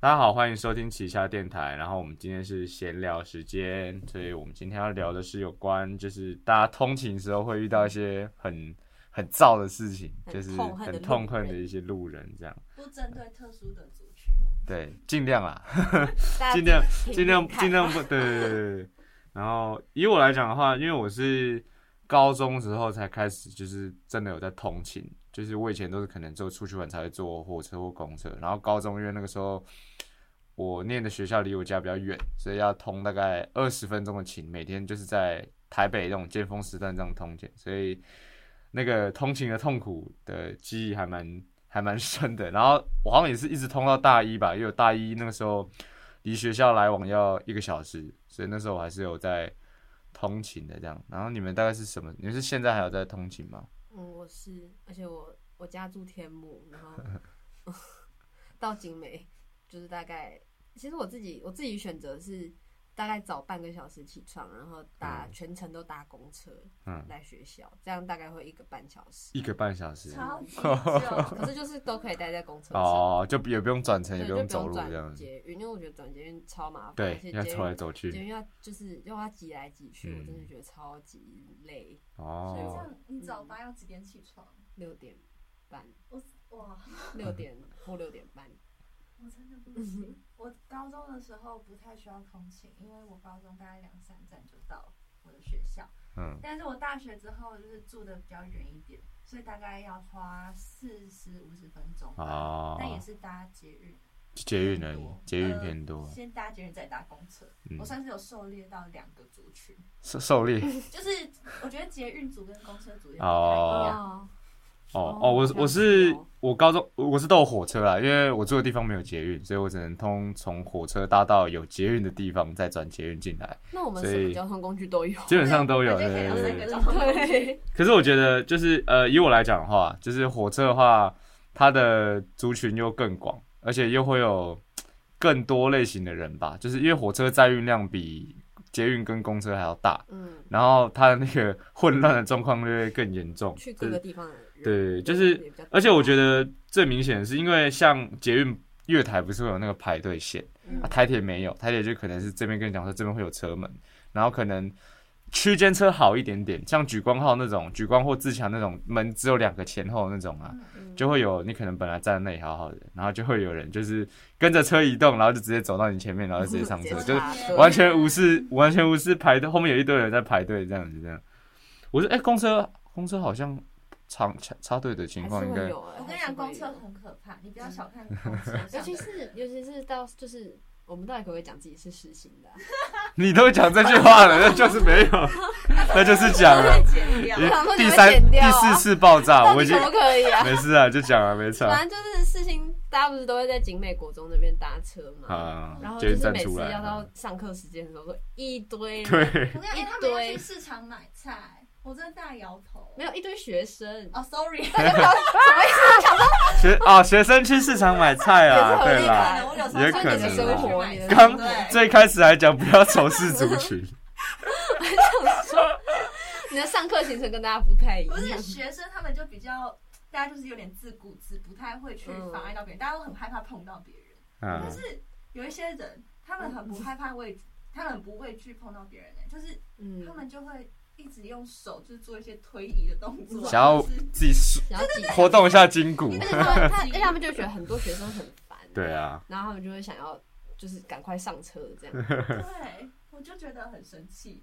大家好，欢迎收听旗下电台。然后我们今天是闲聊时间，所以我们今天要聊的是有关，就是大家通勤时候会遇到一些很很燥的事情，很就是痛恨的很路痛恨的人一些路人这样。不针对特殊的族群。啊对，尽量啦，大家尽量听听尽量看尽量不对对对对对。然后以我来讲的话，因为我是高中时候才开始，就是真的有在通勤，就是我以前都是可能只有出去玩才会坐火车或公车。然后高中因为那个时候我念的学校离我家比较远，所以要通大概二十分钟的勤，每天就是在台北那种尖峰时段这样通勤，所以那个通勤的痛苦的记忆还蛮还蛮深的。然后我好像也是一直通到大一吧，因为我大一那个时候离学校来往要一个小时，所以那时候我还是有在通勤的这样。然后你们大概是什么？你们是现在还有在通勤吗？嗯，我是，而且我我家住天母，然后 到景美就是大概，其实我自己我自己选择是大概早半个小时起床，然后搭、嗯全程都搭公车嗯，来学校，这样大概会一个半小时。一个半小时。超 级久，可是就是都可以待在公车上，哦，就也不用转乘，对，也就不用走路这转样。捷运，因为我觉得转捷运超麻烦，对，而且要捷走来运走捷去。运要就是又要挤来挤去，我真的嗯觉得超级累，这所以哦我，样你早八要几点起床？六点半。我哇，六嗯点或六点半。我真的不行。嗯我高中的时候不太需要通勤，因为我高中大概两三站就到我的学校。嗯，但是我大学之后就是住的比较远一点，所以大概要花四十五十分钟吧。哦，但也是搭捷运，捷运而已，捷运偏多呃，先搭捷运再搭公车。嗯我算是有狩猎到两个族群，狩狩 猎。就是我觉得捷运组跟公车组也不太一样。哦哦哦，哦哦，我这样我子是哦我高中我是都有火车啦，因为我住的地方没有捷运，所以我只能通从火车搭到有捷运的地方，再转捷运进来，那我们所什以么交通工具都有。基本上都有。我觉对得对哦可以聊对三对个。交通工具对，可是我觉得就是呃，以我来讲的话，就是火车的话，它的族群又更广，而且又会有更多类型的人吧，就是因为火车载运量比捷运跟公车还要大，嗯，然后它的那个混乱的状况就会更严重。去就各是个地方的人。对就是也比较多而且我觉得最明显的是，因为像捷运月台不是会有那个排队线，嗯啊、台铁没有，台铁就可能是这边跟你讲说这边会有车门，然后可能区间车好一点点，像莒光号那种，莒光或自强那种门只有两个前后那种啊，嗯就会有你可能本来站在那里好好的，然后就会有人就是跟着车移动，然后就直接走到你前面，然后就直接上车，直接就是插对队完全无视完全无视排队，后面有一堆人在排队这样子这样。我说哎、公车公车好像长插插队的情还况是应会该有欸。我跟你还是讲，会公车有很可怕，你不要小看公车上的人。尤其是尤其是到就是我们到底可不可以讲自己是实行 的啊？你都讲这句话 了，那就是没有，那就是讲了。剪掉我想说你第们三、剪掉第啊四次爆炸，到我底已经可不可以 啊？没事啊，就讲了，没差反正就是事情，大家不是都会在景美国中那边搭车嘛，啊。然后捷就运是站每次出来要啊，到上课时间的时候，都一堆 人对，我跟你讲，他们要去市场买菜，我真的大摇头。没有一堆学生，哦，sorry， 学啊学生去市场买菜啊，也是合对理啦。吧我有时也候可穿能着啊生活，你的刚对，最开始还讲不要仇视族群， 你的上课行程跟大家不太一不样是。学生，他们就比较，大家就是有点自顾自，不太会去嗯妨碍到别人，大家都很害怕碰到别人。嗯但是有一些人，他们很不害怕畏，他们很不畏惧碰到别人、欸，就是嗯他，们就会一直用手就是做一些推移的动作，想要就是自己然后自己活动一下筋骨而且，他们他，而且 他们就觉得很多学生很烦，对啊，然后他们就会想要就是赶快上车，这样对，我就觉得很生气。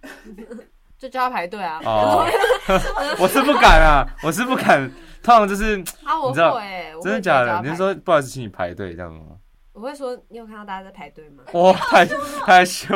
就叫他排队啊。哦， 我是不敢啊，我是不敢，通常就是啊，我你知道会欸，我会真的假叫他的？你排是说不好意思，请你排队这样吗？我会说你有看到大家在排队吗？哇，太太羞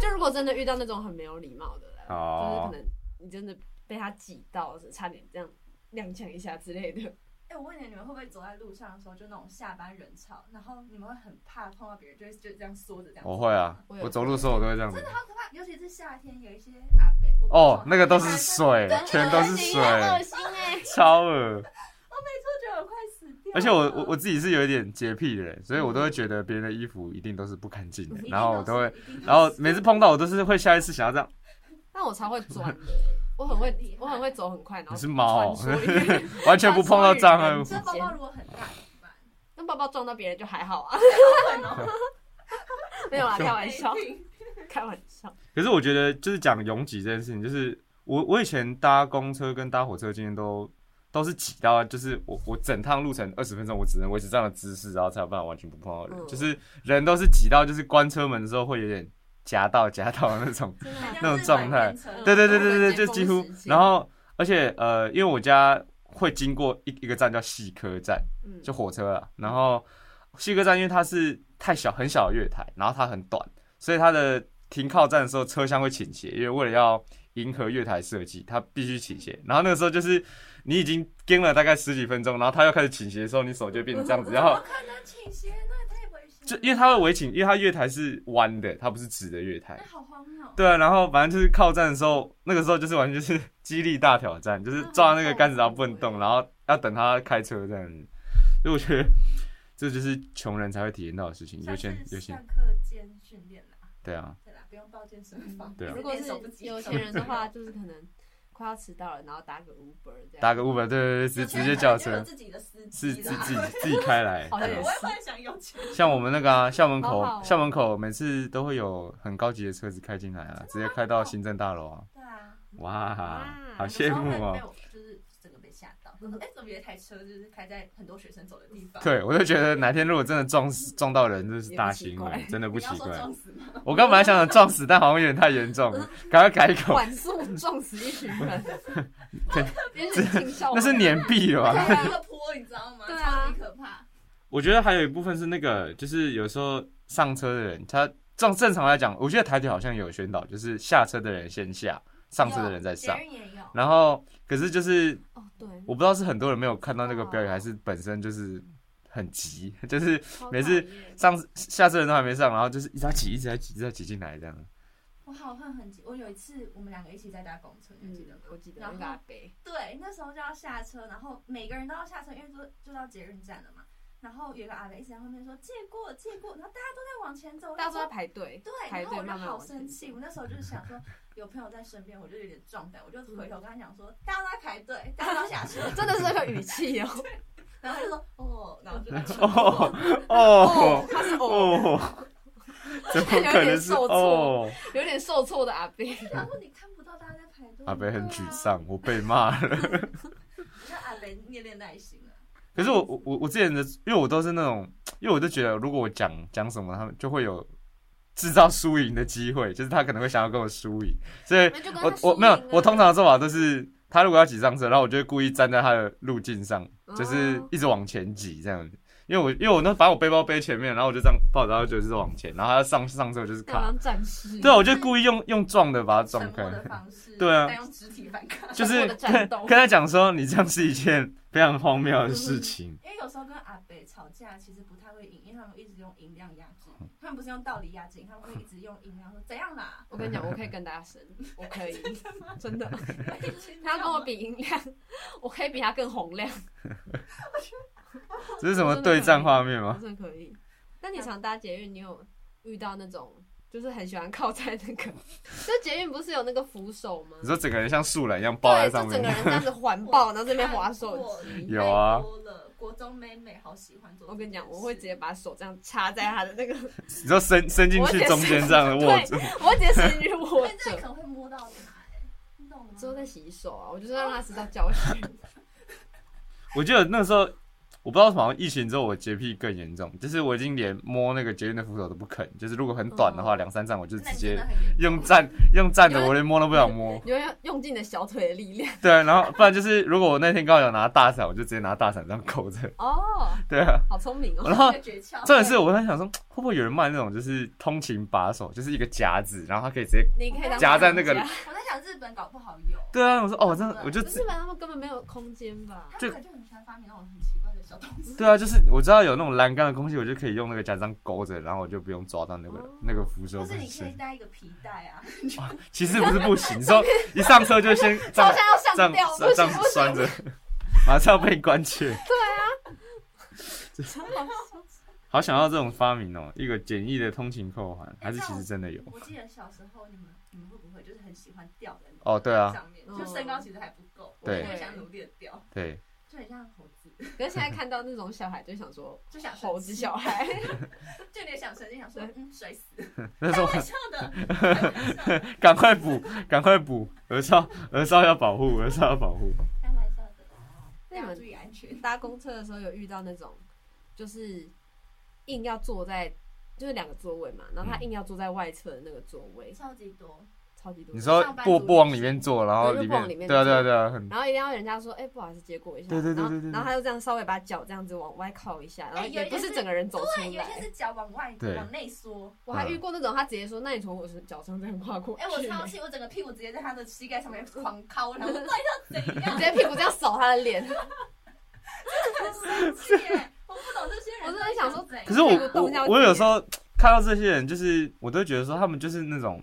就如果真的遇到那种很没有礼貌的人，哦就是可能你真的被他挤到，差点这样踉跄一下之类的。哎、我问你，你们会不会走在路上的时候，就那种下班人潮，然后你们会很怕碰到别人，就会就这样缩着这样？我会啊，我走路的时候我都会这样子。好可怕，尤其是夏天，有一些阿伯。我不知道哦，那个都是水真的，全都是你很恶水，心哎、超恶。就觉得我快死掉了。而且我我我自己是有一点洁癖的人，所以嗯我都会觉得别人的衣服一定都是不干净的一，定然后我都会是，，一定是然后每次碰到我都是会下意识想要这样。但我超会钻的欸、我很会，我很会走很快，然后你是猫哦穿梭于 完全不碰到障碍物穿梭于人之，这包包如果很大怎么办？那那包包撞到别人就还好啊，哦，没有啦，开玩没笑，听开玩笑。可是我觉得就是讲拥挤这件事情，就是我我以前搭公车跟搭火车经验都都是挤到，就是我我整趟路程二十分钟，我只能维持这样的姿势，然后才有办法完全不碰到人。嗯就是人都是挤到，就是关车门的时候会有点夹到夹到的那 种。真的很像那种日状态本电车对对对对对对，对就几乎风时。期然后而且呃，因为我家会经过一一个站叫细科站，嗯，就火车啊。然后西哥站因为它是太小很小的月台，然后它很短，所以它的停靠站的时候车厢会倾斜，因为为了要迎合月台设计，它必须倾斜。然后那个时候就是你已经跟了大概十几分钟，然后它又开始倾斜的时候，你手就会变成这样子，然后怎么可能倾斜？那也太危险了。就因为它会围倾，因为它月台是弯的，它不是直的月台那。好荒谬。对啊，然后反正就是靠站的时候，那个时候就是完全就是 激励大挑战，就是抓那个杆子然后不能动，然后要等他开车这样子。所以我觉得这就是穷人才会体验到的事情，像优先是优先，上课间训练啦，对啊，对啦，不用报健身房。对啊如果是手不及有钱人的话，就是可能快要迟到了，然后打个 Uber 这样。搭个 Uber，对对对， 直直接叫车，自己的司是机自啦自己自己开来。好像对也我啊是会幻想啊有钱人，像我们那个啊，校门好好口哦校门口每次都会有很高级的车子开进来啊，直接开到行政大楼啊，对啊，哇哇，好羡慕哦有时候会被。我就是整个被吓到， 我说哎，怎么有一台车就是开在很多学生走的地方？对，我就觉得哪天如果真的撞死撞到人，这是也不大奇新怪闻，真的不不奇要说怪。撞死嘛，我刚本来想想撞死，但好像有点太严重了，赶快改口。管束撞死一群人，也许挺笑话那是碾毙了 吧？开一啊个坡，你知道吗？对啊超级可怕。我觉得还有一部分是那个，就是有时候上车的人，他正正常来讲，我觉得台铁好像有宣导，就是下车的人先下，上车的人再上有。捷运也有。然后，可是就是哦，对，我不知道是很多人没有看到那个标语，还是本身就是很急， 就是超每次讨厌上下车的人都还没上，然后就是一直在挤，一直在挤，一直在挤进来这 样。我好恨很急，我有一次我们两个一起在搭公车，你还记得嗯吗？，我记得然那后个阿北，对，那时候就要下车，然后每个人都要下车，因为就就到捷运站了嘛。然后有一个阿伯一直在后面说借过借过，然后大家都在往前走，大家都在说排队，对，排然后队我就慢慢好往前生气，走。我那时候就是想说有朋友在身边，我就有点壮胆，我就回嗯头跟他讲说大家都在排队，大家都下车，真的是那个语气哦，然后他就说哦，然后就来 哦哦他是哦，哦，怎么 可有能点是受挫哦？有点受挫的阿北，然后你看不到大家在排队，阿北很对沮啊，丧，我被骂了。 我觉得阿北虐恋耐心了，可是我我我我之前的，因为我都是那种，因为我就觉得如果我讲讲什么，他们就会有制造输赢的机会，就是他可能会想要跟我输赢，所以那就跟他我输我没有赢啊我通常的做法都是，他如果要挤上车，然后我就会故意站在他的路径上，就是哦一直往前挤这样子。因为我因为我那把我背包背前面，然后我就这样抱着他，就是往前，然后他上上车我就是要卡。当战士，对啊，我就故意用用撞的把他撞沉开默。的方式，对啊但用肢体 反抗。就沉默是的战跟斗跟他讲说，你这样是一件非常荒谬的事嗯情。因为有时候跟阿北吵架，其实不太会赢，因为他们一直用音量压制，他们不是用道理压制，他们会一直用音量说怎 样啦。我跟你讲，我可以更大声，我可以，真的。他他要跟我，比音量，我可以比他更洪亮，这是什么对战画面我吗？真的可以。啊那你常搭捷运，你有遇到那种就是很喜欢靠在那 个，就捷运不是有那个扶手吗你？说整个人像树懒一样抱在对，就上整个面，人这样子环 抱，然后这边滑手机。有啊太多了，国中妹妹好喜欢做。我跟你讲，我会直，接把手这样插在他的 那个，你说伸伸进去中间这样的握住，我会直接伸进去因握哎为这样着可。能会摸到他，哎你懂吗？之后再洗手啊，我就是要让他知道教训。 我记得那时候我不知道为什么，好像疫情之后我洁癖更严重，就是我已经连摸那个捷运的扶手都不肯，就是如果很短的话，嗯两三站我就那直你真接的很严重用站用站的，我连摸都不想摸。你会用用尽你的小腿的力量对，啊然后不然就是如果我那天刚好有拿大伞，我就直接拿大伞这样扣着。哦，对啊。好聪明哦。然后这个诀窍。重点是，我在想说，会不会有人卖那种就是通勤把手，就是一个夹子，然后它可以直 接你可以当夹在那个玩家我在想日本搞不好有，对啊，我说哦，真的，我就不是吧？他们根本没有空间吧？他就们可能就很喜欢发明那种很奇怪的小东西。对啊，就是我知道有那种栏杆的东西，我就可以用那个夹子这样勾着，然后我就不用抓到那个、哦那个扶手或是本你可以身。带一个皮带啊，其实不是不行，你 说一上车就先这 照样这样相要上吊，不这行样不拴行，着， 马上要被关切。好想要这种发明哦，一个简易的通勤扣环，还是其实真的有我记得小时候你们你们会不会就是很喜欢吊在那个哦？对啊，上面，嗯就身高其实还不够，对我也想努力的吊。对，就很像猴子，可是现在看到那种小孩，就想说就想猴子小孩， 就你也想神经想说，嗯，摔死，那时开候玩笑 的，开玩笑的，赶快补，赶快补，儿少儿少要保护，儿少要保护。开玩笑的，那你大家们注意安全。搭公车的时候有遇到那种，就是硬要坐在，就是两个座位嘛，然后他嗯硬要坐在外侧的那个座位，超级多，超级多你人。说上班不族不往里面坐，然后对就里不往里面对啊坐对啊对啊，很然后一定要人家说，哎、不好意思，借过一下。对对对然后对对对然后他就这样稍微把脚这样子往外靠一下，然后哎有也一不些是是整个人走出对，有一些来。是脚往外对往内缩，嗯我还遇过那种，他直接说，那你从我脚上这样跨过去。哎，我超气，我整个屁股直接在他的膝盖上面狂敲，然后到底要怎样 直？接屁股这样扫他的脸。很生气耶，我不懂这些人，我真的想说可是我屁股哎动一下我就我自有己时候看到这些人，就是我都觉得说他们就是那种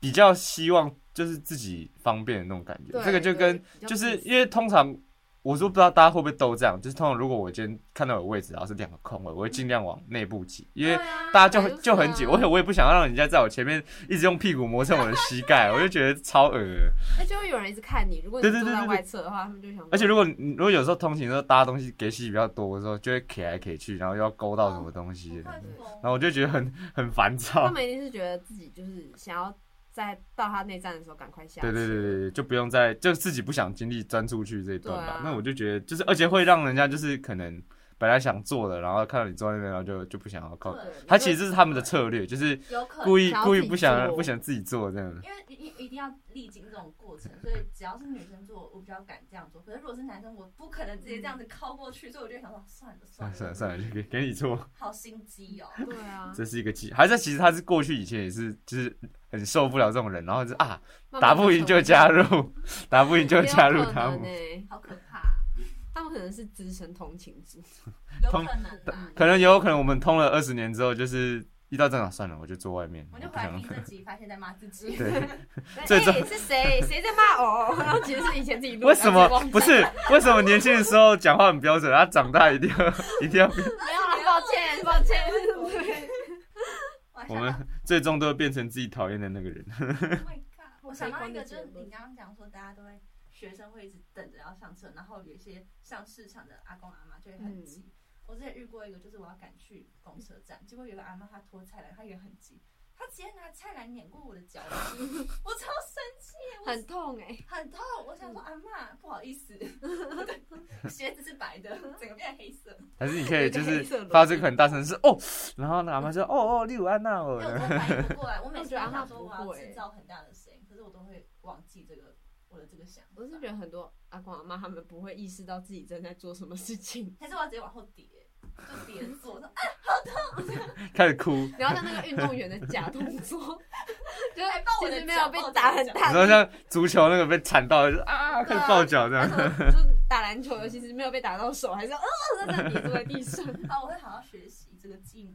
比较希望就是自己方便的那种感觉。 对这个就对跟比较就是自私因为通常我说不知道大家会不会都这样，就是通常如果我今天看到有位置，然后是两个空位，我会尽量往内部挤，因为。大大家就很对啊就很挤，我也我也不想让人家在我前面一直用屁股磨蹭我的膝盖，我就觉得超恶的。那就会有人一直看你。如果你对对坐对在对外侧的话，他们就想说。而且如果你如果有时候通勤的时候搭东西给洗比较多的时候，就会卡来卡去，然后又要勾到什么东西，快然疯后我就觉得很很烦他躁。们一定是觉得自己就是想要在到他内站的时候赶快 下。对对对。对，对就不用再就自己不想经历钻出去这一段吧。对啊那我就觉得就是，而且会让人家就是可能本来想做的，然后看到你坐在那边，然后就就不想要靠。对他其实这是他们的策略，就是有可能故意想要故意自己不想做不想自己做这样。因为一一定要历经这种过程，所以只要是女生做，我比较敢这样做。可是如果是男生，我不可能直接这样子靠过去，所以我就想说，算了算了算了算了算了，就给给你做，好心机哦。对啊，这是一个技。还是其实他是过去以前也是就是很受不了这种人，然后就是啊慢慢打不赢就加入，入，打不赢就加入他们们。。好可怕，欸他们可能是资深同 情组，有可能啊啦。可能有可能我们通了二十年之后，就是遇到这种算了，我就坐外面，我就不回来想听。这集，发现在骂自己。 对，最哎、终是谁？谁在骂我？ 然后其实是以前自己录的，啊为什么然后自己忘记不是？为什么年轻的时候讲话很标准，他长大一定要一定要变？没有了，啊抱歉，抱歉。 我我们最终都会变成自己讨厌的那个人。Oh my god！我想到一个，就是你刚刚讲说，大家都会学生会一直等着要上车，然后有一些上市场的阿公阿妈就会很嗯急。我之前遇过一个，就是我要赶去公车站，结果有个阿妈她拖菜篮，她也很急，她直接拿菜篮碾过我的脚， 我超生气，很痛哎、很痛。我想嗯说阿妈不好 意思，鞋子是白的，整个变黑色。 还是你可以就有一个是黑色的发出一个很大声的声哦，然后那阿妈说哦哦，利鲁安娜 因为我哦，真的反应不过来，我每我次觉得阿都嬷想说我不要会制造很大的声音，可是我都会忘记这个我的这个想法。我是觉得很多阿公阿妈他们不会意识到自己正在做什么事情，还是我要直接往后叠，就叠坐。 我说开始哭。然后像那个运动员的假动 作，就是还抱哎我其的实没有被脚打很你大说像足球那个被铲到就是啊，开始抱脚这那样。时候就是打篮球，尤其是没有被打到手，还是呃在那跌坐在地上。 好，哦我会好好学习这个技能。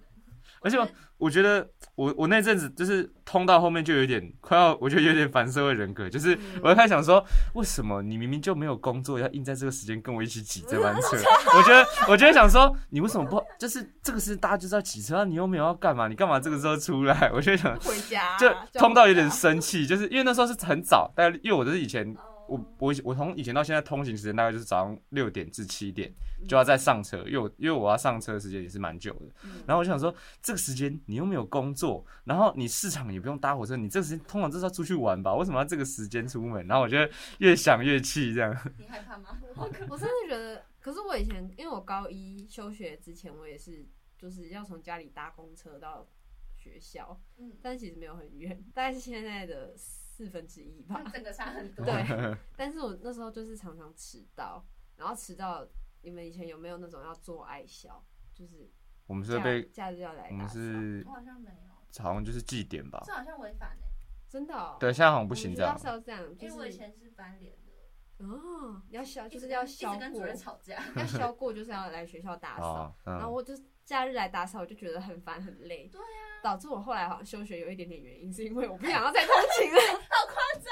而且我觉得我觉得我我那阵子就是通到后面就有点快要，我觉得有点反社会人格，就是嗯我就开始想说，为什么你明明就没有工作，要硬在这个时间跟我一起挤这 班车？我觉得我觉得想说，你为什么不就是这个时间大家就是要挤车，啊你又没有要干嘛，你干嘛这个时候出来？我就想回家就通到有点啊这样生气，就是因为那时候是很早，但因为我就是以前哦我我我从以前到现在通行时间大概就是早上六点至七点就要再上车，因为我因为我要上车的时间也是蛮久的。嗯然后我就想说，这个时间你又没有工作，然后你市场也不用搭火车，你这个时间通常就是要出去玩吧？为什么要这个时间出门？然后我就越想越气，这样。 你害怕 吗？ 我真的觉得，可是我以前因为我高一休学之前，我也是就是要从家里搭公车到学校，嗯，但其实没有很远，大概是现在的四分之一吧 就。整个差很多。对，但是我那时候就是常常迟到，然后迟到，你们以前有没有那种要做爱校，就是我们是假被假日要来我们打扫？是 我好像没有，好像就是祭典吧？这好像违反呢、真的、哦，对，现在好像不行我们这学校样是。要这样，就因为我以是前是班联的，哦，要消就一直是跟要一消直跟主过任，吵架。要消过就是要来学校打扫。哦，然后嗯，我就是假日来打扫，我就觉得很烦很累。 对啊，导致我后来好像休学有一点点原因，是因为我不想要再通勤了。 好夸张！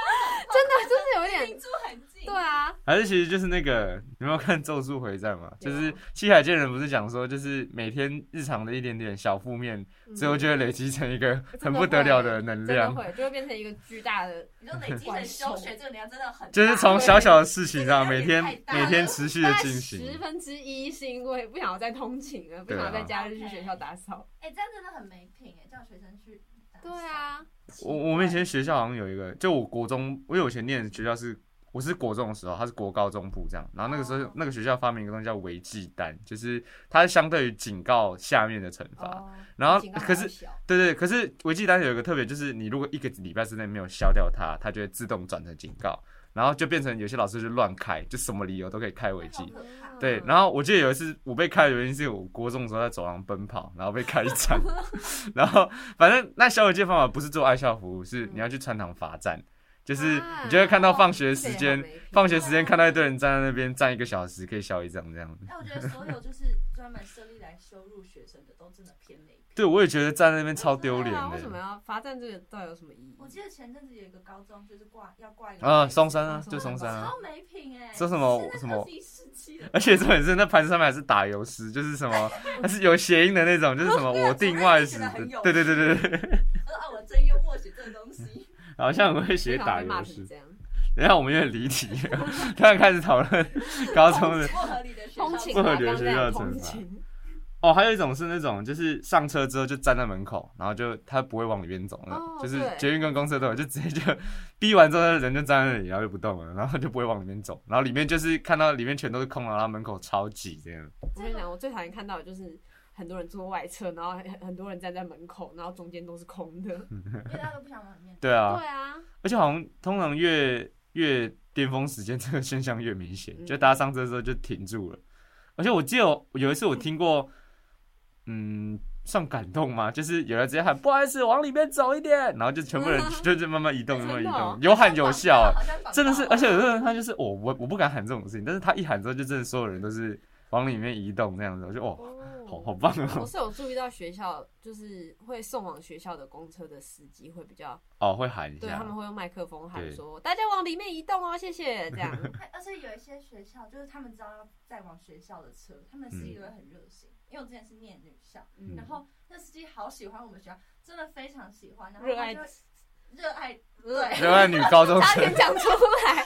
真的就是有离 点住很近，对，啊，还是其实就是那个，你有没有看《咒术回战》嘛？有就是西海剑人不是讲说，就是每天日常的一点点小负面，嗯最后就会累积成一个 真的很不得了的能嗯真的量，会就会变成一个巨大的，你就累积成休学这个量真的很大，就是从小小的事情上，对每天这个有点太大了每天持续的大概进十行。分之一是因为不想要再通勤了，不对啊想要在假日去学校打扫。哎，这样真的很没品哎，叫学生去打扫对，啊，我我们以前学校好像有一个，就我国中，我有以前念的学校是。我是国中的时候，它是国高中部这样，然后那个时候、哦那个学校发明一个东西叫违纪单，就是它是相对于警告下面的惩罚，哦，然后警告可是比较小对对，可是违纪单有一个特别，就是你如果一个礼拜之内没有消掉它，它就会自动转成警告，然后就变成有些老师就乱开，就什么理由都可以开违纪。好可嗯怕对，然后我记得有一次我被开的原因是我国中的时候在走廊奔跑，然后被开一 枪，然后反正那消违纪的方法不是做爱校服务，是你要去穿堂罚站，就是嗯啊你就会看到放学时这也间好没，品放学时间看到一堆人站在那边站一个小时，可以消一张这样子。哎，我觉得所有就是专门设立来羞辱学生的，都真的偏没品。对，我也觉得站在那边超丢脸对的。啊，为什么要罚站？这个到底有什么意义？我记得前阵子有一个高中就是挂要挂一个啊，牌子松山啊，就松山啊。超没品哎，说什么现在什么二十一世纪了而且重点是那盘子上面还是打油诗，就是什 么，它是有谐音的那种，就是什么我定外死的，对对对对对，我说啊，我真幽默写这个东西，好像我会写经常打被骂油成诗。这样，等一下我们有点离题 了，突然开始讨论高中的 不合理的学校通勤不合啊，理的刚刚学校讲惩罚通勤，哦，还有一种是那种就是上车之后就站在门口，然后就他不会往里面走那种，哦就是对捷运跟公车都有，就直接就 逼完之后人就站在那里，然后就不动了，然后就不会往里面走，然后里面就是看到里面全都是空的，然后门口超挤这样。我跟你讲，我最讨厌看到的就是很多人坐外侧，然后很很多人站在门口，然后中间都是空的。因为大家都不想往里面对啊，对啊，而且好像通常越越巅峰时间，这个现象越明显，嗯就大家上车之后就停住了。而且我记得有有一次我听过，嗯，算感动吗？就是有人直接喊“不好意思，往里面走一点”，然后就全部人就是慢慢移动，真慢的哦慢移动，有喊有 笑，好像广告真的是。而且有的人他就是我我我不敢喊这种事情，但是他一喊之后，就真的所有人都是往里面移动这样子，我就哦，哦好好棒我哦，是有注意到学校就是会送往学校的公车的司机会比较，哦会喊一对他下们，会用麦克风喊对说大家往里面移动哦，谢谢这样。而且有一些学校，就是他们知道要再往学校的车，他们司机都会很热心。因为我之前是念女校，嗯 然后那司机好喜欢我们学校，真的非常喜欢，然后热他爱就会热爱对对，热爱女高中差生点。讲出来，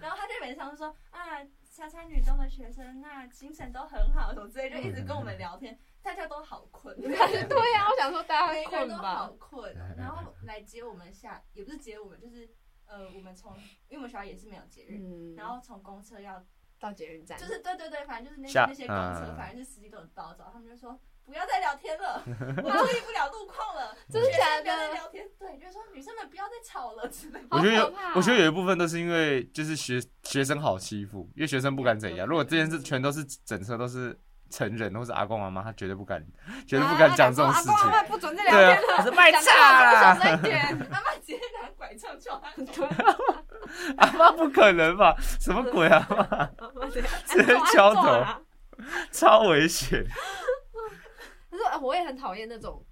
然后他就每次常说啊，莎莎女中的学生那精神都很好，什么之类，就一直跟我们聊天，大家都好 困，对呀、啊，我想说大家每会个人困都吧好。困哎哦，然后来接我们下，也不是接我们，就是呃，我们从因为我们学校也是没有节日，嗯，然后从公车要，到捷运站，就是对对对，反正就是那下些那些公车嗯，反正是司机都很暴躁，他们就说不要再聊天 了，我注意不了路况了， 真的学假生不要再的？聊天，对，就是说女生们不要再吵了之类的。我觉得有好可怕哦，我觉得有一部分都是因为就是学学生好欺负，因为学生不敢怎样。如果这件事全都是整车都是成人或是阿公阿妈，他绝对不敢，绝对不敢讲这种事啊阿公情。阿嬷不准再聊对天啊了，，可是卖讲差话啦，给我小声哎一点。阿妈直接拿拐杖叫他嗯 走，哎阿妈不可能吧？什么鬼啊？直接敲头超危险。可是呃我也很讨厌那种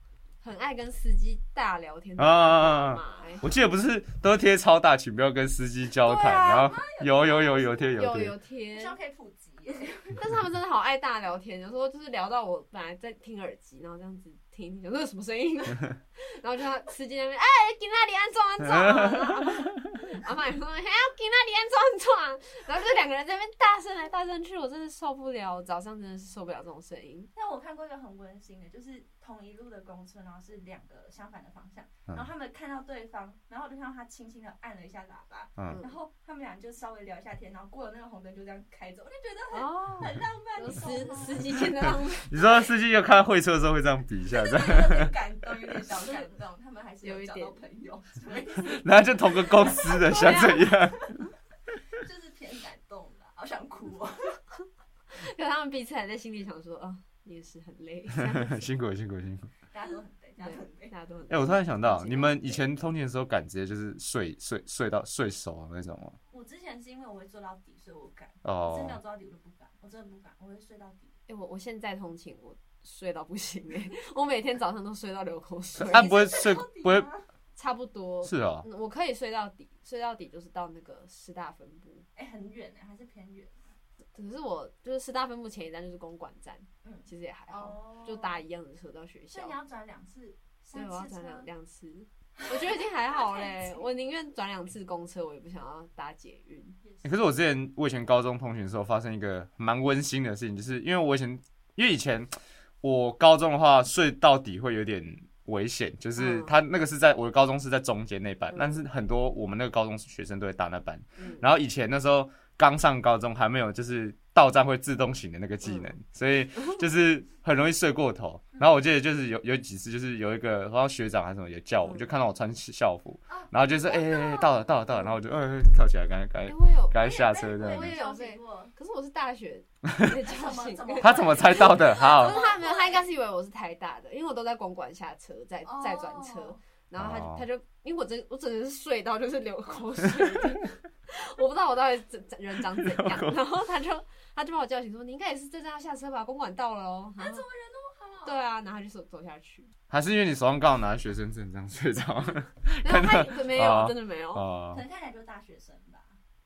很爱跟司机大聊天的啊啊啊妈妈欸我记得不是都贴超大，请不要跟司机交谈，对啊然后有有有有贴有有贴有贴希，望可以普及耶。但是他们真的好爱大聊天，有时候就是聊到我本来在听耳机，然后这样子听一听，有时候什么声 音啊，然后就他司机那边哎，给那里安装安装，然后阿妈也说哎还要给那里安装安装，然后就两个人在那边大声来大声去，我真的受不了，我早上真的是受不了这种 声音，但我看过一个很温馨的，就是同一路的公车，然后是两个相反的方向，嗯然后他们看到对方，然后我就看到他轻轻的按了一下喇叭，嗯然后他们俩就稍微聊一下天，然后过了那个红灯就这样开走，我就觉得哦，很浪漫，有你懂司吗 司机间的浪漫。你说司机要看会车的时候会这样比一下，这样，有点感动，有点小感动，他们还是有交到朋友，所以然后就同个公 司啊的，想怎样？就是偏感动了，好想哭哦。可他们彼此还在心里想说，啊，你也是很累， 辛苦了辛苦了辛苦了。大家都很累，大家都很累。大家都很累。哎、我突然想到，对你们以前通勤的时候敢直接就是睡睡睡到睡熟那种吗？我之前是因为我会做到底，所以我敢，我真的没有哦，做到底我就不敢，我真的不敢，我会睡到底。哎、我我现在通勤，我睡到不行哎、我每天早上都睡到流口水。 啊，不会睡到底不会吗差不多，是哦，嗯我可以睡到底，睡到底就是到那个师大分部。哎、很远哎、还是偏远可是我就是师大分部前一站就是公馆站，嗯其实也还好，哦就搭一样的车到学所校以你。要转两次，所三以我要次转两车，两次，我觉得已经还好 太嘞近。我宁愿转两次公车，我也不想要搭捷运。也是欸可是我之前我以前高中通勤的时候，发生一个蛮温馨的事情，就是因为我以前因为以前我高中的话睡到底会有点危险，就是嗯他那个是在我的高中是在中间那班嗯，但是很多我们那个高中学生都会搭那班。嗯，然后以前那时候刚上高中还没有就是到站会自动醒的那个技能，嗯所以就是很容易睡过头。 然后我记得就是有有几次就是有一个好像学长还是什么也叫我，嗯就看到我穿校服哦，然后就说哎、欸欸到了到了到了，然后我就哎、欸跳起来赶快赶哎，快我有，赶快下车这我也样我子。也有对被过，可是我是大学被叫 醒怎么怎么的。他怎么猜到 的？可好，是他没有，他应该是以为我是台大的，因为我都在公馆下车，再再转车哦，，然后他就哦他就，因为我真我真的是睡到就是流口水， 我不知道我到底怎怎人长怎样，然后他就他就把我叫醒说你应该也是在这要下车吧，公馆到了啊哦。然后好对啊，然后他就走走下 去，还是因为你手上刚好拿学生证这样睡着没有他没有 哦真的没有。啊可？能看起来就是大学生吧，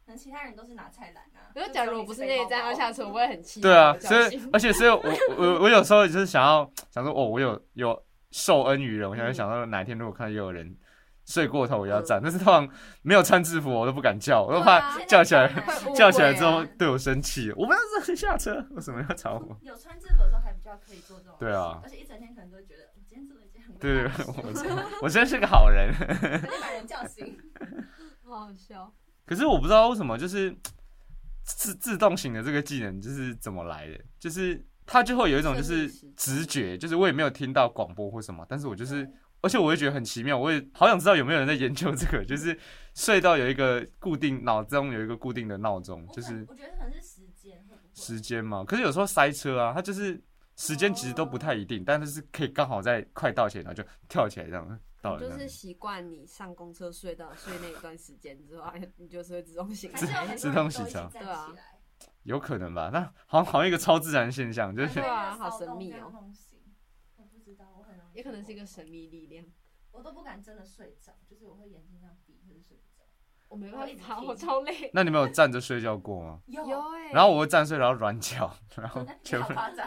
可能其他人都是拿菜篮啊。比如假如我不是那一站要就只有下你是背车，包包我也很气。对啊，很所高以兴而且所以我，我我我有时候就是想要想说，哦，我有有受恩于人，我想要嗯想到哪一天如果看到有人睡过头，我也要站。但是通常没有穿制服，我都不敢叫，我都怕对啊叫起来现在会 误叫起来会啊之后对我生气。我们要是下车，为什么要吵我？有穿制服的时候还比较可以做这种，对啊而且一整天可能都会觉得，我哦今天做了一件很对，伟大的事我真我真是个好人。可以把人叫醒。 好好笑。可是我不知道为什么，就是自自动型的这个技能就是怎么来的，就是它就会有一种就是生理时直觉，就是我也没有听到广播或什么，但是我 就是，而且我也觉得很奇妙，我也好想知道有没有人在研究这个， 就是睡到有一个固定脑中有一个固定的闹钟，我就可是能我觉得可能是时间会不会？时间嘛。可是有时候塞车啊，它就是时间其实都不太一定，但是可以刚好在快到前，然后就跳起来这样到了这就样是习惯你上公车睡到睡那一段时间之后， 哎你就是会自动醒还是有来。很自多动人都洗一起澡站起对啊来，有可能吧？那好像好像一个超自然现象，就是对啊还会被那个好神骚动秘这样哦弄醒。我不知道，我很容 易。也可能是一个神，秘力量，我都不敢真的睡着，就是我会眼睛这样闭，就是睡不着。我没办法，我我一直听超累。那你们有站着睡觉过吗？有哎，然后我会站睡，然后软脚， 然后全全部部，夸 张，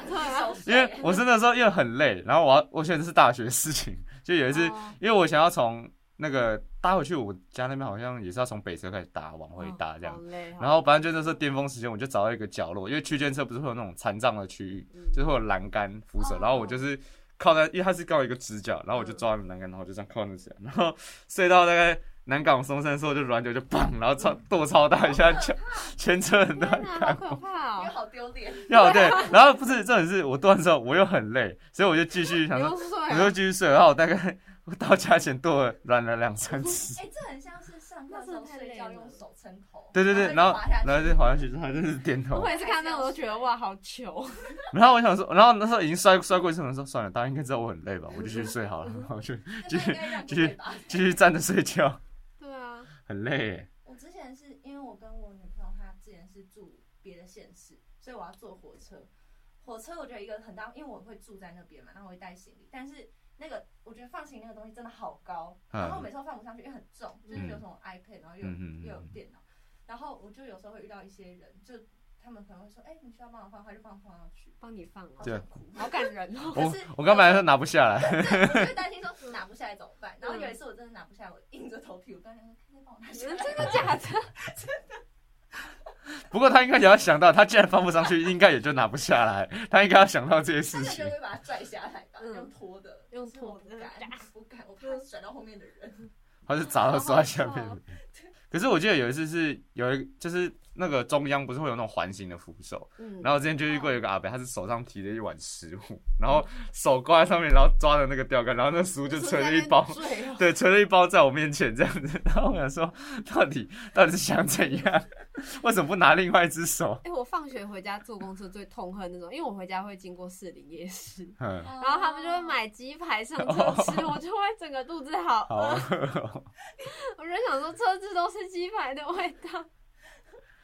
因为啊我是那时候因为很累，然后我要我选的是大学事情，就有一次，哦因为我想要从那个搭回去我家那边，好像也是要从北车开始搭，往回搭这样哦好。累。然后反正就那时候巅峰时间，我就找到一个角落，因为区间车不是会有那种残障的区域，嗯就是会有栏杆扶手哦，然后我就是靠在，因为它是刚好一个直角，然后我就抓着栏杆，然后就这样靠着起来，然后睡到大概南港松山的时候就软脚就砰，然后超跺超大一下，全全车人都在 天哪，看好可怕又哦！好丢脸。要对，然后不是重点是我断之后我又很累，所以我就继续 想不说，用睡我啊，就继续睡，然后我大概 我到家前多了软了两三次， 哎、这很像是上课的时候睡觉用手撑头，对对对，然后就滑下去然后就滑下去，然后就是点我 头，每次看到我都觉得哇，好糗。然后我想说，然后那时候已经摔摔过一次，我说算了，大家应该知道我很累吧，我就去睡好了，然后就 这个应该让你继续会吧继续站着睡觉， 对啊，很累耶，我之前是因为我跟我女朋友，她之前是住别的县市，所以我要坐火车。火车我觉得一个很大，因为我会住在那边嘛，然后我会带行李，但是那个我觉得放行李那个东西真的好高，嗯然后我每次都放不上去，因为很重，就是有什么 iPad，然后又有、嗯嗯嗯嗯又有电脑，然后我就有时候会遇到一些人，就他们可能会说，哎、你需要帮我放，他就帮我放上去，帮你放哦 好对啊想哭。好感人 哦。我可是我刚本来说拿不下来，对，我就担心说拿不下来怎么办。然后有一次我真的拿不下来，我硬着头皮，我跟他说：“可以帮我拿下来。真的假的？不过他应该也要想到，他既然放不上去，应该也就拿不下来，他应该要想到这些”事他那情 就。会把它拽下来吧，嗯用拖的，用拖的的， 嗯不敢，我怕甩到后面的人。他是砸到摔下面。可是我记得有一次是有一个，就是那个中央不是会有那种环形的扶手，嗯，然后我之前就遇过有个阿伯，他是手上提着一碗食物，然后手挂在上面，然后抓着那个钓竿，然后那食物就垂了一包，睡哦对，垂了一包在我面前这样子。 然后我想说，到底到底是想怎样？为什么不拿另外一只 手？哎、我放学回家坐公车最痛恨那种，因为我回家会经过士林夜市，嗯， 然然后他们就会，买鸡排上车哦吃，我就会整个肚子好 好饿。饿哦。我就想说，车子都是鸡排的味道。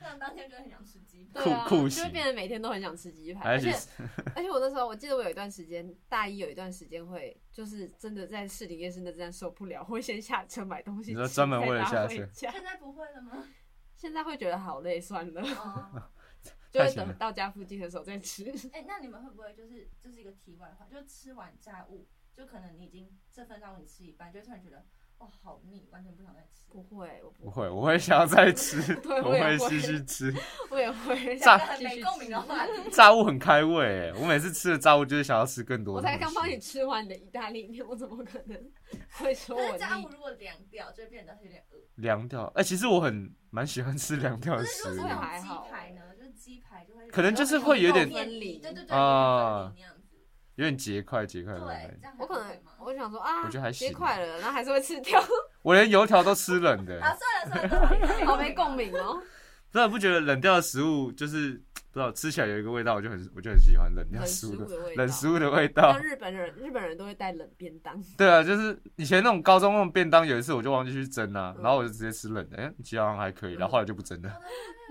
那样当天就很想吃鸡排。对啊，酷酷就型会变得每天都很想吃鸡排，还而是且 而且我那时候我记得我有一段时间，大一有一段时间会就是真的在士林夜市那站受不了，会 先下车买东西吃，你说专门为了再拿下回车家现在不会了 吗？现在会觉得好累，算 了，哦，就太会闲了等到家附近的时候再吃。哎、那你们会不会就是就是一个题外话，就吃完炸物，就可能你已经这份炸物你吃一半，就会突然觉得哇好腻，完全不想再吃。 不会，我不不，会，我会想要再吃， 对我我也会会继续吃。我也 会炸两个很继续没共鸣的吃话题。炸物很开胃，我每次吃的炸物就是想要吃更多我东西。才刚帮你吃完你的意大利面，我怎么可 能会说可我是炸物腻？如果凉掉，就会变得有点恶。凉掉，哎、其实我很蛮喜欢吃凉掉可的是食如物果是，还那种好鸡排呢，就是鸡排就会可能就是会有点分离，对对对，啊有点分离那样子。有点结块结块的感对，觉。这样我可能吗？我想说啊，我觉得还行别快了，然后还是会吃 掉，我连油条都吃冷 的，啊，算了算了，好没 共。鸣 哦。不然不觉得冷掉的食物就是不知道吃起来有一个味道，我就很我就很喜欢冷掉冷食食物物的的味道，冷食物的味道像。日本人，日本人都会带冷便当， 对啊，就是以前那种高中那种便当，有一次我就忘记去蒸啦、嗯然后我就直接吃冷的，哎、其实好像还可以，然后后来就不蒸了。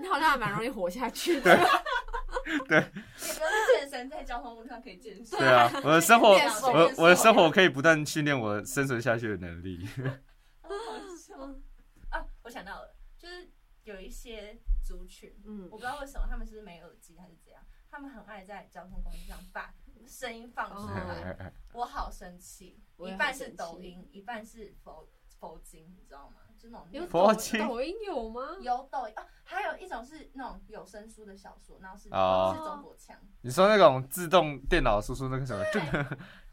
你好像还蛮容易活下 去的。你不用健身，在交通路上可以健身。对啊，我的生活，练手我的我的生活可以不断训练我生存下去的能力。好好笑啊！我想到了，就是有一些族群，嗯我不知道为什么他们是不是没耳机还是怎样，他们很爱在交通工具上把声音放出来。哦我好生气，我也一好半是生抖气音，一半是佛佛经，你知道吗？就那种有念佛经抖抖音有吗？有抖音啊，还有一种是那种有声书的小说，然后是哦是中国腔。你说那种自动电脑输出那个什么，就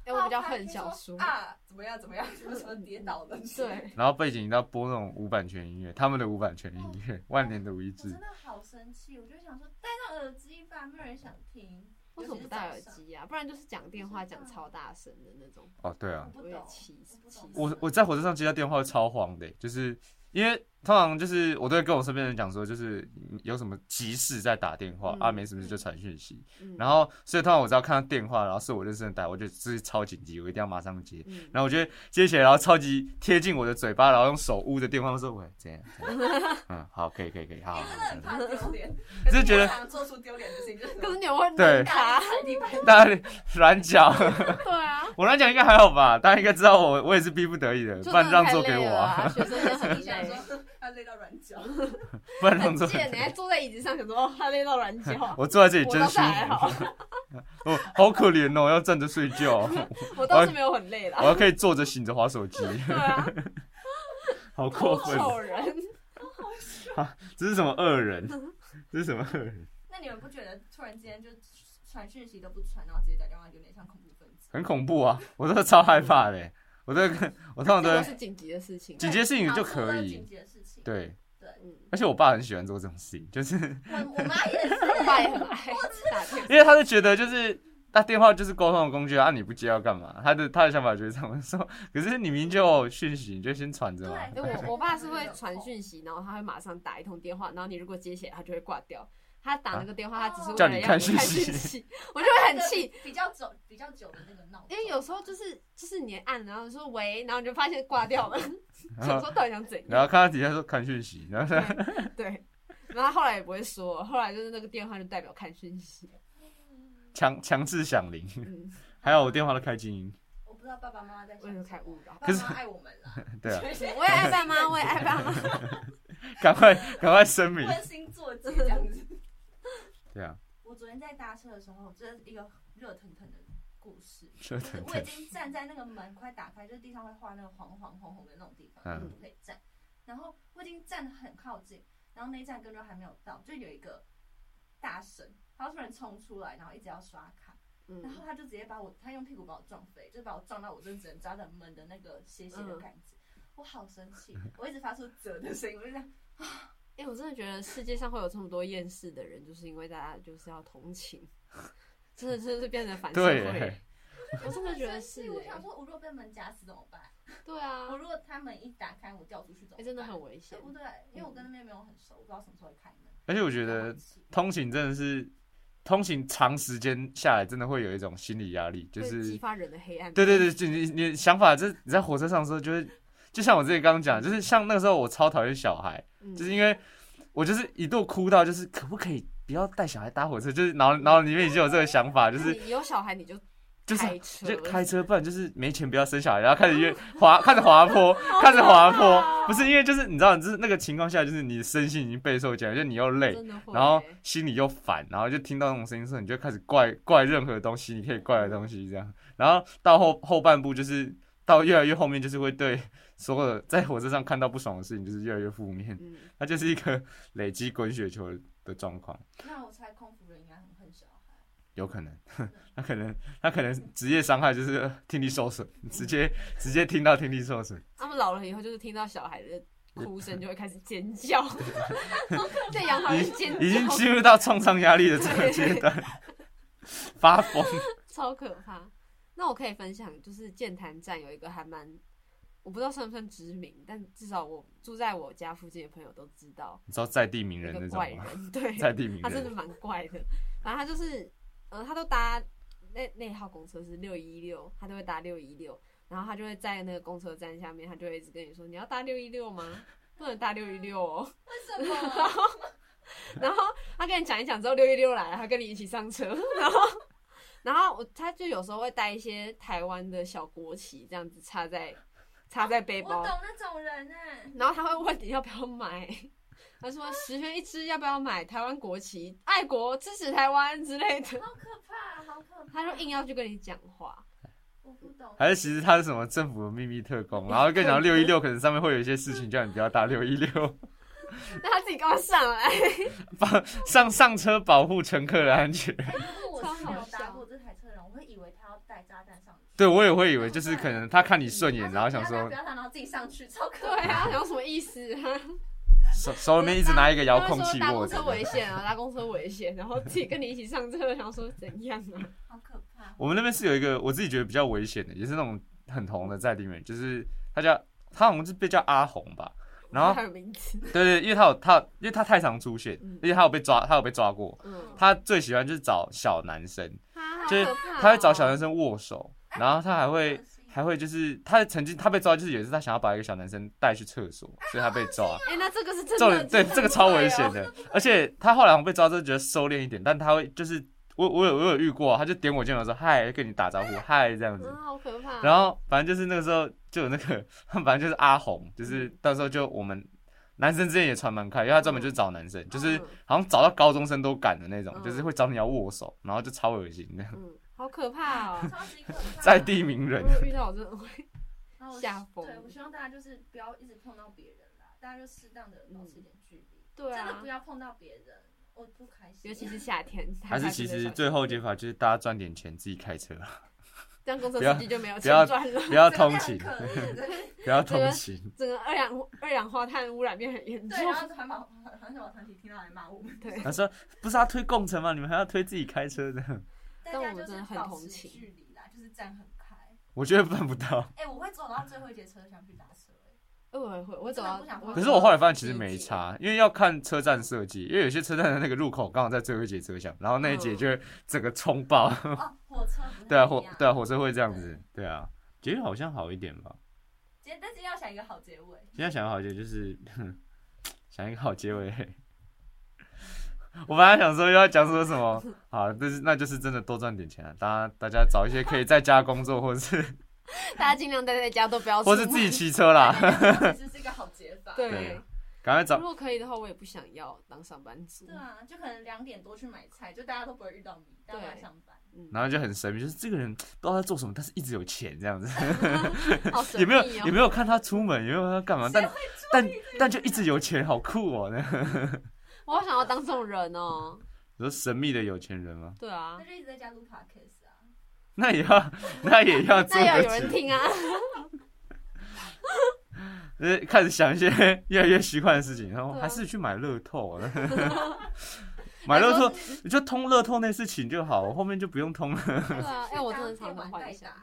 哎，我比较恨小说。说啊，怎么样怎么样，什么 什么跌倒了，我对，然后背景一定要播那种无版权音乐，他们的无版权音乐，万年的无一致真。的好生气，我就想说戴上耳机吧，没有人想听。为什么不戴耳机啊？不然就是讲电话不知道讲超大声的那种。哦，对我啊，不我也懂，气死不气懂死我我在火车上接到电话会超慌的、欸就是因为通常就是我都会跟我身边人讲说，就是有什么急事在打电话、嗯啊，没什么事就传讯息。嗯，然后所以通常我只要看到电话，然后是我认识的人打，我就自己超紧急，我一定要马上接。嗯，然后我就会接起来，然后超级贴近我的嘴巴，然后用手捂着电话说：“喂，怎样？怎样 嗯，好，可以，可以，可以，好。好你哎真的很好怕 丢脸，就可觉得我想做出丢脸的事情，就是可是你会对弄他，你把”大家软脚，对啊，我乱讲应该还好吧？大家应该知道我，我也是逼不得已的，就不然真的让太座累给我了啊，啊，学生真的你很想累。说 他累到软脚，不然让很座。贱，你还坐在椅子上想说哦，他累到软脚， 我坐在这里我真倒是舒还服， 好，我好可怜哦，要站着睡觉， 我倒是没有很累我啦。还可以坐着醒着划手机，对啊，好过分！丑人，这是什么恶 人？这是什么恶人？那你们不觉得突然之间就传讯息都不传，然后直接打电话，有点像恐怖分子？很恐怖啊！我真的超害怕的，欸我都跟我通常都会这都是啊紧急的事情。紧急的事情就然后可做以紧，急的事情，对，对，嗯，而且我爸很喜欢做这种事情，就是 我我妈也是，我爸也很爱打电因为他就觉得就是那电话就是沟通的工具啊，啊你不接要干嘛？他的他的想法就是这样说，可是你明明就有讯息，你就先传着嘛。对话。哎我我爸是会传讯息，然后他会马上打一通电话，然后你如果接起来，他就会挂掉。他打那个电话，他只是为叫了你要看看讯息讯息， 我就会很气。，比较久比较久的那个闹钟，因为有时候就是就是你按，然后说喂，然后你就发现挂掉了，想说到底想怎然样？后看到底下说看讯息，然后对，然后他后来也不会说，后来就是那个电话就代表看讯 息。强强制响铃，嗯，还有我电话都开静音， 我不知道爸爸妈妈在我也想什有么，开勿扰。爸可是妈爱我们啦， 对啊，就是我也爱爸妈，我也爱爸妈。赶快赶快声 明，温馨作结这样子。 对啊，我昨天在搭车的时候，这是一个热腾腾的故事。就就是等我已等，经站在那个门快打开，就是地上会画那个黄黄红红的那种地方，嗯就是不可以站。然后我已经站得很靠近，然后那一站根本就还没有到，就有一个大神，他突然冲出来，然后一直要刷卡，然后嗯他就直接把我，他用屁股把我撞飞，就把我撞到我真的只能抓着门的那个斜斜的嗯杆子，我好生气，我一直发出啧的声音，我就这样。哎、我真的觉得世界上会有这么多厌世的人，就是因为大家就是要同情，真的真的是变成反社对会。耶，我真的觉得很是生气我欸想说，我如果被门夹死怎么办？对啊我，如果他们一打开，我掉出去怎么 哎、办？真的很危险对。不对？因为我跟那边没有很熟，我不知道什么时候会开门。而且我觉得通勤真的是通勤长时间下来，真的会有一种心理压力，就会是激发人的黑暗。对对对，就你你想法，就是你在火车上的时候，就是就像我之前刚刚讲，就是像那个时候我超讨厌小孩，嗯，就是因为我就是一度哭到，就是可不可以不要带小孩搭火车？就是脑脑里面已经有这个想法，就是你有小孩你就就是开车就开车，不然就是没钱不要生小孩，然后开始哦越滑，看着滑 坡，看着滑坡，不是因为就是你知道，就是那个情况下，就是你的身心已经备受煎熬，就你又累，真的会。哎欸然后心里又烦，然后就听到那种声音的时候，你就开始怪怪任何东西，你可以怪的东西这样。然后到后后半部就是到越来越后面，就是会对所有在火车上看到不爽的事情，就是越来越负面。嗯，它就是一个累积滚雪球的状况，那我猜空服人应该很恨小孩，有可能， 他可能他可能职业伤害就是听力受损，直接直接听到听力受损。他们老了以后就是听到小孩的哭声就会开始 尖叫，在阳台尖已经叫，进入到创伤压力的这个阶段，发疯。超可怕。那我可以分享，就是剑潭站有一个还蛮，我不知道算不算知名，但至少我住在我家附近的朋友都知道你知道在地名一人那个种怪吗？人，对，在地名他真的人，蛮怪的。反正他就是，呃，他都搭那那号公车是六一六，他都会搭六一六，然后他就会在那个公车站下面，他就会一直跟你说你要搭六一六吗？不能搭六一六哦。 为什 么？然后他跟你讲一讲之后，六一六来了，他跟你一起上车， 然后。然后我他就有时候会带一些台湾的小国旗，这样子插在插在背我包，懂那种人哎、然后他会问你要不要买，他说十元一支，要不要买台湾国旗，爱国支持台湾之类的。好可怕，好可怕！他就硬要去跟你讲话，我不懂，还是其实他是什么政府的秘密特工，然后跟你讲六一六可能上面会有一些事情，叫你不要搭六一六，那他自己刚上来， 上上车保护乘客的安全。哎如果我是没超好有笑搭过这台车的人，我会以为他要带炸弹上去。对我也会以为就是可能他看你顺眼，然后想他不要搭说不要搭，然后自己上去，超可对怕。啊，有什么意思？手手里面一直拿一个遥控器他会握说搭着公车。危险啊，搭公车危险，然后自己跟你一起上车，想说怎样啊？好可怕！我们那边是有一个我自己觉得比较危险的，也是那种很红的在里面，就是他叫他好像是被叫阿红吧，然后 还有名字，对对，因为他有他因为他太常出现嗯，而且他有被抓，他有被抓过。嗯，他最喜欢就是找小男生，啊就是好可怕哦他会找小男生握手，然后他还会恶心还会就是他曾经他被抓，就是有一次他想要把一个小男生带去厕所，所以他被抓。哎，那这个是真重的啊点，对这个超危险的，的，而且他后来我们被抓之后觉得收敛一点，但他会就是我我有我有遇过，他就点我肩膀说嗨，跟你打招呼嗨这样子啊，，好可怕。然后反正就是那个时候就有那个， 反正就是阿红，就是到时候就我们男生之间也传蛮开，因为他专门就是找男生，就是好像找到高中生都敢的那种，嗯就是会找你要握手，然后就超恶心的，嗯，好可 怕哦。超级可怕。在地名人如。果遇到我真的会然后我吓疯对，我希望大家就是不要一直碰到别人啦，大家就适当的保持一点距离。嗯对真的啊不，要碰到别人，我不开心。尤其是夏天，还是其实最后解法就是大家赚点钱自己开 车，这样公车不要司机就没有不要钱赚了，不要真的通很勤， 可怜 对啊不要通勤。整个二氧二氧化碳污染变很严重对，。然后环保环保团体听到来骂我们，对，他说不是要推共乘吗？你们还要推自己开车的？大但我家们就真是的很保同持情距离啦，就是站很开。我觉得办不到。哎，我会走到最后一节车厢去打车，哎我也会，我走到真的不想。碰可是我后来发现其实没。差，因为要看车站设计，因为有些车站的那个入口刚好在最后一节车厢，然后那一节就会整个冲爆。哦，火车不太 对啊，一火样对啊，火车会这样子，对啊，捷运好像好一点吧。今天但是要想一个好 结尾，现在想好一点就是， 想一个好结尾。 我本来想说又要讲说什么，好，但是那就是真的多赚点钱啊！大家大家找一些可以在家工作，或 是大家尽量待在家，都不要出或门。是自己骑车啦，其实是一个好解法。 对对。赶快如找。果可以的话，我也不想要当上班族对。啊，就可能两点多去买菜，就大家都不会遇到你，大家都在上班。嗯，然后就很神秘，就是这个人不知道他做什么，但是一直有钱这样子，好 神也没有秘也哦。没有看他出门，也没有看他干嘛，但但但就一直有钱，好酷哦！那 我好想要当这种人哦。你说神秘的有钱人吗？ 对啊那，就一直在家录 podcast 啊。那也要那也要做 那要得有人起听啊。呃，开始想一些 越来越奇怪的事情，然后对啊还是去买乐透 啊， 买乐透你就通乐透那事情就好，我后面就不用通了。 对啊，哎，我真的可以常常玩幻代 想。打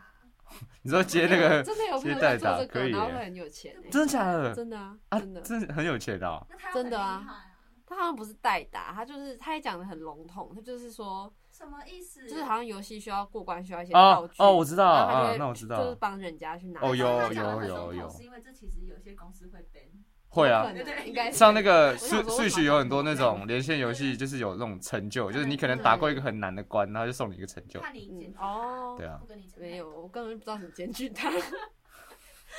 你说接那个， 真的有朋友接代在打做这可个，以耶然后会很有钱欸真的假的？真的啊，啊真，的。真的很有钱的哦、那他要真的啊很厉害啊，他好像不是代打，他就是他也讲的很笼统，他就是说，什么意思？就是好像游戏需要过关需要一些道哦具。哦，我知道然后他就啊，会那我知就是道。帮人家去拿。哦有他讲得很有有笼统有是因为这其实有些公司会 ban，会啊有可，能对应该是像那个哎我想 Switch 说 Switch 有很多那种连线游戏，就是有那种成就，就是你可能打过一个很难的关，然后就送你一个成就。怕你嗯剪哦对，啊不，跟你讲没有，我根本就不知道怎么检举 他，我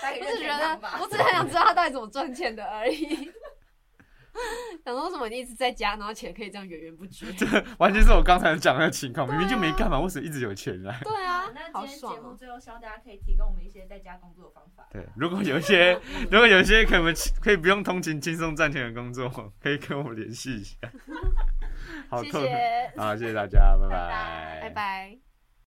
大概只就觉这样吧得，我只是啊很想知道他到底怎么赚钱的而已。 想说什么？你一直在家，然后钱可以这样源源不绝。完全是我刚才讲的那个情况，对啊明明就没干嘛，为什么一直有钱来？对啊好那，好今天爽节目哦！最后希望大家可以提供我们一些在家工作的方法。 对，如果有一些，啊 如果有一些可能可以不用通勤轻松赚钱的工作，可以跟我联系一下。好 谢痛苦，谢，好，谢谢大家，拜拜拜拜拜。